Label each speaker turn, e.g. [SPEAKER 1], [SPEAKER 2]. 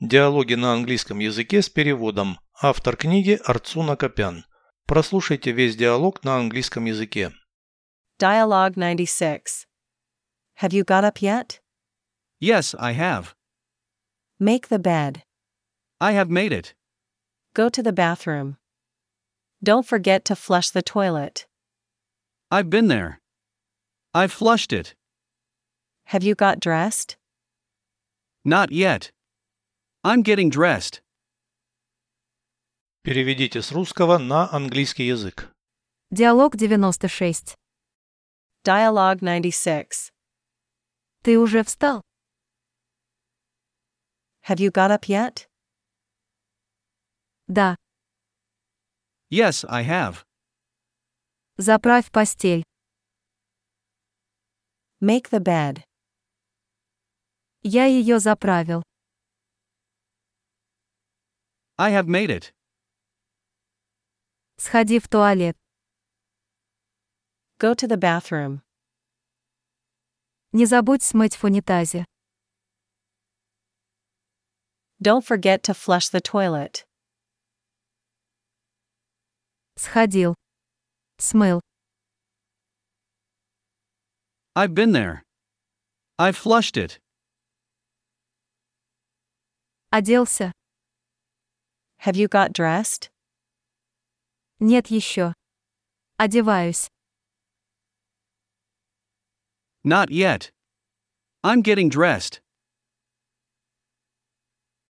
[SPEAKER 1] Диалоги на английском языке с переводом. Автор книги Арцуна Копян. Прослушайте весь диалог на английском языке.
[SPEAKER 2] Dialogue 96. Have you got up yet?
[SPEAKER 3] Yes, I have.
[SPEAKER 2] Make the bed.
[SPEAKER 3] I have made it.
[SPEAKER 2] Go to the bathroom. Don't forget to flush the toilet.
[SPEAKER 3] I've been there. I've flushed it.
[SPEAKER 2] Have you got dressed?
[SPEAKER 3] Not yet. I'm getting dressed.
[SPEAKER 1] Переведите с русского на английский язык.
[SPEAKER 4] Диалог 96.
[SPEAKER 2] Dialogue 96.
[SPEAKER 4] Ты уже встал?
[SPEAKER 2] Have you got up yet?
[SPEAKER 4] Да.
[SPEAKER 3] Yes, I have.
[SPEAKER 4] Заправь постель.
[SPEAKER 2] Make the bed.
[SPEAKER 4] Я ее заправил.
[SPEAKER 3] I have made it.
[SPEAKER 4] Сходи в туалет.
[SPEAKER 2] Go to the bathroom.
[SPEAKER 4] Не забудь смыть в унитазе.
[SPEAKER 2] Don't forget to flush the toilet.
[SPEAKER 4] Сходил. Смыл.
[SPEAKER 3] I've been there. I've flushed it.
[SPEAKER 4] Оделся?
[SPEAKER 2] Have you got dressed?
[SPEAKER 4] Нет еще. Одеваюсь.
[SPEAKER 3] Not yet. I'm getting dressed.